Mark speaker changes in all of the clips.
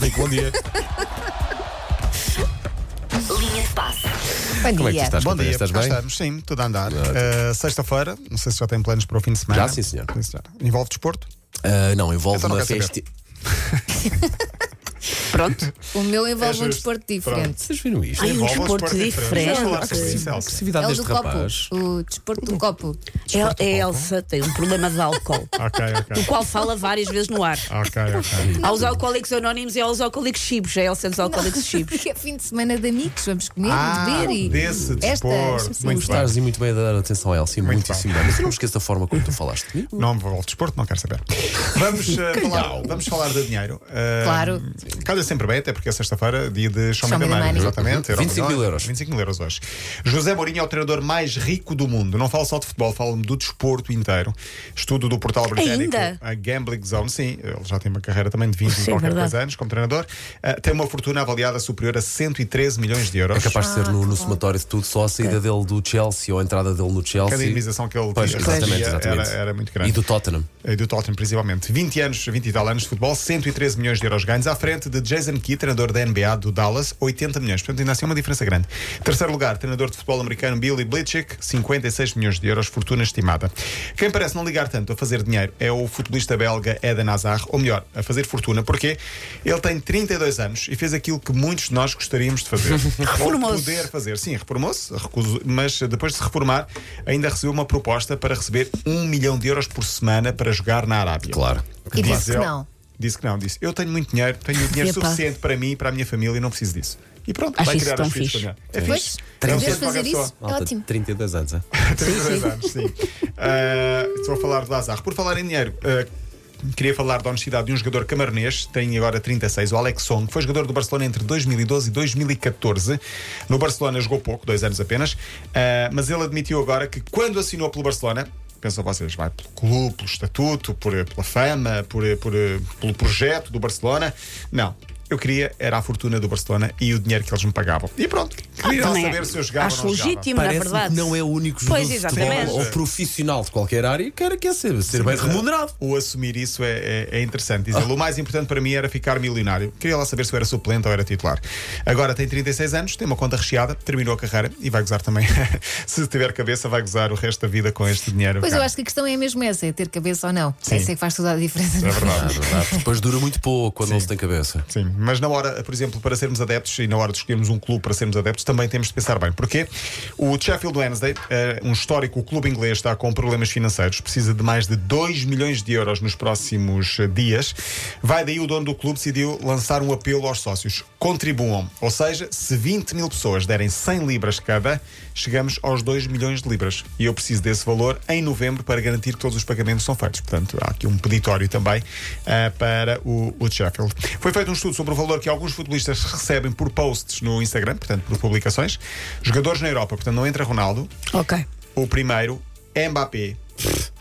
Speaker 1: Rico, bom dia.
Speaker 2: Linha de passe.
Speaker 3: Bom
Speaker 1: Como é que tu
Speaker 3: dia.
Speaker 1: estás,
Speaker 4: Bom
Speaker 1: Catarina?
Speaker 4: dia,
Speaker 1: Estás
Speaker 4: cá
Speaker 1: bem?
Speaker 4: estamos, sim, tudo a andar. Eh, Sexta-feira, não sei se já tem planos para o fim de semana.
Speaker 1: Já, sim, senhor.
Speaker 4: senhor. Envolve desporto?
Speaker 1: Ah, não, envolve
Speaker 4: Então não
Speaker 1: uma
Speaker 4: quero
Speaker 1: festa.
Speaker 4: saber.
Speaker 2: Pronto.
Speaker 3: O meu envolve
Speaker 4: É
Speaker 3: um
Speaker 4: justo.
Speaker 3: desporto diferente.
Speaker 1: Vocês viram isto?
Speaker 2: Ai, um
Speaker 4: Envolve
Speaker 2: desporto diferente.
Speaker 4: Vamos falar sobre isso, Elsa.
Speaker 1: Agressividade
Speaker 3: É o
Speaker 1: Tá deste
Speaker 3: do copo.
Speaker 1: rapaz.
Speaker 3: O desporto do copo.
Speaker 2: El- a Elsa tem um problema de álcool,
Speaker 4: Ok,
Speaker 2: do
Speaker 4: ok.
Speaker 2: qual fala várias vezes no ar.
Speaker 4: Ok, ok.
Speaker 2: Aos alcoólicos anónimos e aos alcoólicos chibos. A Elsa dos alcoólicos chibos.
Speaker 3: Porque é fim de semana de amigos. Vamos comer,
Speaker 4: Ah,
Speaker 3: beber e.
Speaker 4: desse
Speaker 3: Estas,
Speaker 4: desporto.
Speaker 3: sim.
Speaker 4: Muito bem.
Speaker 1: Estás e muito bem a dar atenção a Elsie, muitíssimo bem. Mas eu não me esqueço da forma como tu falaste comigo.
Speaker 4: Não envolve desporto, não quero saber. Vamos, eh, falar, vamos falar de dinheiro. Eh,
Speaker 3: Claro.
Speaker 4: Calha sempre bem, até porque é sexta-feira, dia de
Speaker 3: Show
Speaker 4: Show Me the
Speaker 3: me the
Speaker 4: Money.
Speaker 3: money.
Speaker 4: Exatamente. Euro
Speaker 1: 25 mil
Speaker 4: milhões,
Speaker 1: euros.
Speaker 4: 25 mil euros hoje. José Mourinho é o treinador mais rico do mundo. Não falo só de futebol, falo-me do desporto inteiro. Estudo do portal britânico
Speaker 2: Ainda?
Speaker 4: a Gambling Zone. Sim, ele já tem uma carreira também de 20 e
Speaker 2: Sim,
Speaker 4: qualquer
Speaker 2: verdade.
Speaker 4: coisa anos como treinador. Eh, tem uma fortuna avaliada superior a 113 milhões de euros.
Speaker 1: É capaz de ser no, no somatório de tudo, só a saída dele do Chelsea ou a entrada dele no Chelsea.
Speaker 4: Cada indemnização que ele
Speaker 1: Pois,
Speaker 4: tinha
Speaker 1: exatamente,
Speaker 4: recebia
Speaker 1: exatamente.
Speaker 4: Era, era muito grande.
Speaker 1: E do Tottenham.
Speaker 4: Eh, do Tottenham principalmente. 20 anos, 20 e tal anos de futebol, 113 milhões de euros ganhos à frente de Jason Key, treinador da NBA do Dallas, 80 milhões. Portanto, ainda assim uma diferença grande. Terceiro lugar, treinador de futebol americano Billy Belichick, 56 milhões de euros, fortuna estimada. Quem parece não ligar tanto a fazer dinheiro é o futebolista belga Eden Hazard, ou melhor, a fazer fortuna, porque ele tem 32 anos e fez aquilo que muitos de nós gostaríamos de fazer.
Speaker 2: Reformou-se.
Speaker 4: Ou de poder fazer. Sim, reformou-se, recusou- mas depois de se reformar, ainda recebeu uma proposta para receber um milhão de euros por semana para jogar na Arábia.
Speaker 1: Claro.
Speaker 3: E
Speaker 4: Diz
Speaker 3: disse que
Speaker 4: ele-
Speaker 3: não.
Speaker 4: Disse que não, disse. Eu tenho muito dinheiro, tenho dinheiro
Speaker 2: Epa.
Speaker 4: suficiente para mim e para a minha família e não preciso disso. E pronto,
Speaker 2: Acho
Speaker 4: vai
Speaker 2: isso
Speaker 4: criar
Speaker 2: tão
Speaker 4: os filhos
Speaker 2: fixe.
Speaker 4: com dinheiro. É
Speaker 3: Pois,
Speaker 4: fixe. É um
Speaker 3: poderes
Speaker 4: sonho de
Speaker 3: fazer
Speaker 4: qualquer
Speaker 3: isso?
Speaker 4: pessoa.
Speaker 1: Malta,
Speaker 3: Ótimo.
Speaker 1: 32 anos, é?
Speaker 4: 32 anos, sim. Ah, Estou a falar de Lazar. Por falar em dinheiro. ah, Queria falar da honestidade de um jogador camaronês, tem agora 36, o Alex Song, que foi jogador do Barcelona entre 2012 e 2014. No Barcelona jogou pouco, dois anos apenas, ah, mas ele admitiu agora que quando assinou pelo Barcelona, pensam vocês, vai pelo clube, pelo estatuto, por, pela fama, por, por, pelo projeto do Barcelona. Não, eu queria era a fortuna do Barcelona e o dinheiro que eles me pagavam. E pronto, queria
Speaker 2: Também é.
Speaker 4: saber se eu jogava
Speaker 2: Acho
Speaker 4: ou não jogava.
Speaker 2: legítimo, na
Speaker 1: Parece
Speaker 2: verdade.
Speaker 1: que não é o único jogador
Speaker 2: Pois,
Speaker 1: de
Speaker 2: exatamente.
Speaker 1: futebol ou profissional de qualquer área que quer, quer ser, ser
Speaker 4: é
Speaker 1: bem remunerado.
Speaker 4: O assumir isso é, é- é interessante. Diz ele, o mais importante para mim era ficar milionário. Queria lá saber se eu era suplente ou era titular. Agora tem 36 anos, tem uma conta recheada, terminou a carreira e vai gozar também. se tiver cabeça, vai gozar o resto da vida com este dinheiro.
Speaker 3: Pois eu
Speaker 4: cara.
Speaker 3: acho que a questão é mesmo essa: é ter cabeça ou não.
Speaker 4: Sim.
Speaker 3: Essa é que faz toda a diferença.
Speaker 4: É verdade.
Speaker 1: Depois dura muito pouco quando não se tem cabeça.
Speaker 4: Sim, mas na hora, por exemplo, para sermos adeptos e na hora de escolhermos um clube para sermos adeptos, também temos de pensar bem. Porque o Sheffield Wednesday, eh, um histórico clube inglês, está com problemas financeiros, precisa de mais de 2 milhões de euros nos próximos eh, dias. Vai daí o dono do clube decidiu lançar um apelo aos sócios: contribuam. Ou seja, se 20 mil pessoas derem 100 libras cada, chegamos aos 2 milhões de libras. E eu preciso desse valor em novembro para garantir que todos os pagamentos são feitos. Portanto, há aqui um peditório também eh, para o, o Sheffield. Foi feito um estudo sobre o valor que alguns futebolistas recebem por posts no Instagram, portanto, por publicações. Jogadores na Europa, portanto, não entra Ronaldo.
Speaker 2: Ok.
Speaker 4: O primeiro, Mbappé,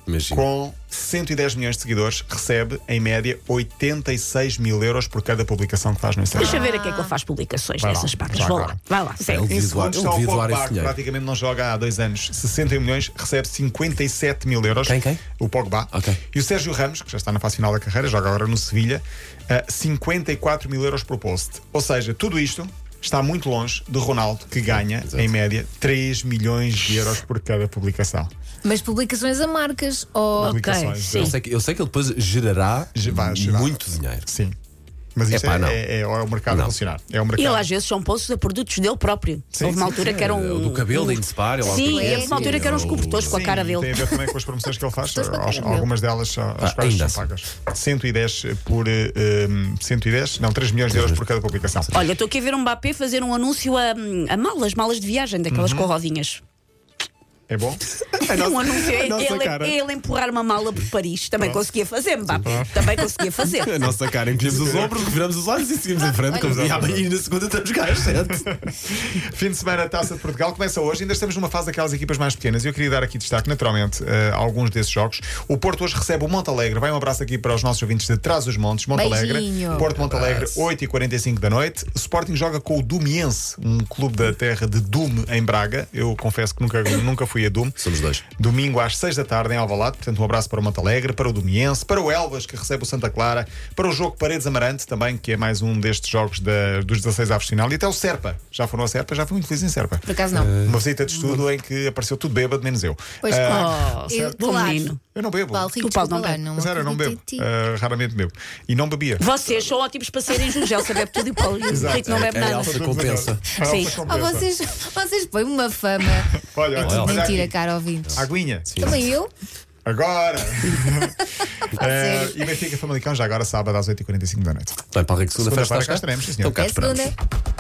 Speaker 1: Imagina.
Speaker 4: com 110 milhões de seguidores, recebe, em média, 86 mil euros por cada publicação que faz no Instagram.
Speaker 2: Deixa ver a que é que ele faz publicações
Speaker 4: Vai lá,
Speaker 2: dessas partes.
Speaker 4: já
Speaker 2: Vá
Speaker 4: agora.
Speaker 2: lá, vai lá, segue.
Speaker 1: Ele-
Speaker 4: Em
Speaker 1: Devia doar-
Speaker 4: segundo está
Speaker 1: ele
Speaker 4: o
Speaker 1: devia doar esse
Speaker 4: Pogba, que
Speaker 1: dinheiro.
Speaker 4: praticamente não joga há dois anos. 60 milhões, recebe 57 mil euros.
Speaker 1: Quem, quem?
Speaker 4: O Pogba.
Speaker 1: Ok.
Speaker 4: E o Sérgio Ramos, que já está na fase final da carreira, joga agora no Sevilha, eh, 54 mil euros por post. Ou seja, tudo isto está muito longe de Ronaldo, que ganha,
Speaker 1: Exato.
Speaker 4: em média, 3 milhões de euros por cada publicação.
Speaker 3: Mas publicações a marcas ou.
Speaker 4: Publicações
Speaker 2: sim.
Speaker 4: dele.
Speaker 1: Eu sei, que, eu sei que ele depois gerará
Speaker 4: Ge- vai gerar.
Speaker 1: muito dinheiro.
Speaker 4: Sim. Mas isto
Speaker 1: Epá,
Speaker 4: é,
Speaker 1: não.
Speaker 4: é, é- é o mercado
Speaker 1: Não.
Speaker 4: a funcionar. É o
Speaker 2: E
Speaker 4: mercado.
Speaker 2: ele às vezes são postos a produtos dele próprio.
Speaker 4: Sim,
Speaker 2: Houve uma
Speaker 4: sim, É
Speaker 2: altura
Speaker 4: sim.
Speaker 2: que eram.
Speaker 1: O do cabelo,
Speaker 2: um-
Speaker 1: de Spar, ele
Speaker 2: Sim,
Speaker 1: autografia,
Speaker 2: houve uma altura que eram os
Speaker 1: ou-
Speaker 2: cobertores com a
Speaker 4: Sim,
Speaker 2: cara
Speaker 4: Tem a
Speaker 2: dele.
Speaker 4: ver também com as promoções que ele faz.
Speaker 3: Estou com a cara
Speaker 4: Aos-
Speaker 3: dele.
Speaker 4: algumas delas, as quais
Speaker 1: ainda
Speaker 4: são
Speaker 1: assim.
Speaker 4: pagas. 110 por. eh, hum, 110? Não, 3 milhões de euros por cada publicação.
Speaker 2: Olha, estou aqui a ver um Mbappé fazer um anúncio a, a malas, malas de viagem,
Speaker 4: Uhum.
Speaker 2: daquelas com rodinhas.
Speaker 4: É bom?
Speaker 2: um anúncio é
Speaker 4: a nossa cara.
Speaker 2: ele, ele empurrar uma mala por Paris. Também conseguia fazer, Mbappé. Também conseguia fazer.
Speaker 1: A nossa cara, encolhemos os ombros, viramos os olhos e seguimos em frente, como se nada, e na segunda estamos cá às sete.
Speaker 4: Fim de semana, a Taça de Portugal começa hoje. Ainda estamos numa fase daquelas equipas mais pequenas. E eu queria dar aqui destaque, naturalmente, eh, a alguns desses jogos. O Porto hoje recebe o Montalegre. Vai um abraço aqui para os nossos ouvintes de Trás os Montes, Montalegre.
Speaker 3: Beijinho.
Speaker 4: Porto Montalegre, 8h45 da noite. O Sporting joga com o Dumiense, um clube da terra de Dume, em Braga. Eu confesso que nunca, nunca fui e a Dume.
Speaker 1: Somos dois.
Speaker 4: Domingo às 6 da tarde em Alvalade. Portanto, um abraço para o Montalegre, para o Domiense, para o Elvas, que recebe o Santa Clara, para o jogo Paredes Amarante também, que é mais um destes jogos da- dos 16 aves de final. E até o Serpa. Já foram a Serpa, já fui muito feliz em Serpa.
Speaker 3: Por acaso não.
Speaker 1: Eh,
Speaker 4: Uma visita de estudo em que apareceu tudo bêbado, menos eu.
Speaker 3: Pois
Speaker 4: Ah,
Speaker 2: Oh,
Speaker 3: Eu,
Speaker 2: bom
Speaker 3: claro.
Speaker 2: menino.
Speaker 4: eu não bebo.
Speaker 3: Paulo Rico,
Speaker 2: O Paulo não
Speaker 3: desculpa lá,
Speaker 2: bebe.
Speaker 4: Mas era, eu não bebo.
Speaker 3: acredito em ti.
Speaker 4: Ah, raramente bebo. E não bebia.
Speaker 2: Vocês são ótimos para serem Jungel, sabe tudo e o Paulo Rico não bebe
Speaker 1: É, é
Speaker 2: nada.
Speaker 1: Elsa. compensa.
Speaker 4: A Elsa
Speaker 2: Sim.
Speaker 3: Ah,
Speaker 4: compensa.
Speaker 3: vocês, vocês põem uma fama.
Speaker 4: Olha,
Speaker 3: é
Speaker 4: olha,
Speaker 3: tudo
Speaker 4: olha
Speaker 3: mentira,
Speaker 4: aqui.
Speaker 3: cara ouvintes.
Speaker 1: Ah,
Speaker 4: Aguinha.
Speaker 3: Também eu?
Speaker 4: Agora! Eh,
Speaker 3: sério.
Speaker 4: e Benfica Famalicão já agora, sábado às 8h45 da noite.
Speaker 1: Bem, para a segunda-feira
Speaker 4: Segunda-feira
Speaker 1: estás
Speaker 4: cá
Speaker 1: cá?
Speaker 4: estaremos, sim, senhor.
Speaker 1: Então cá
Speaker 3: É
Speaker 1: te esperamos.
Speaker 3: segunda.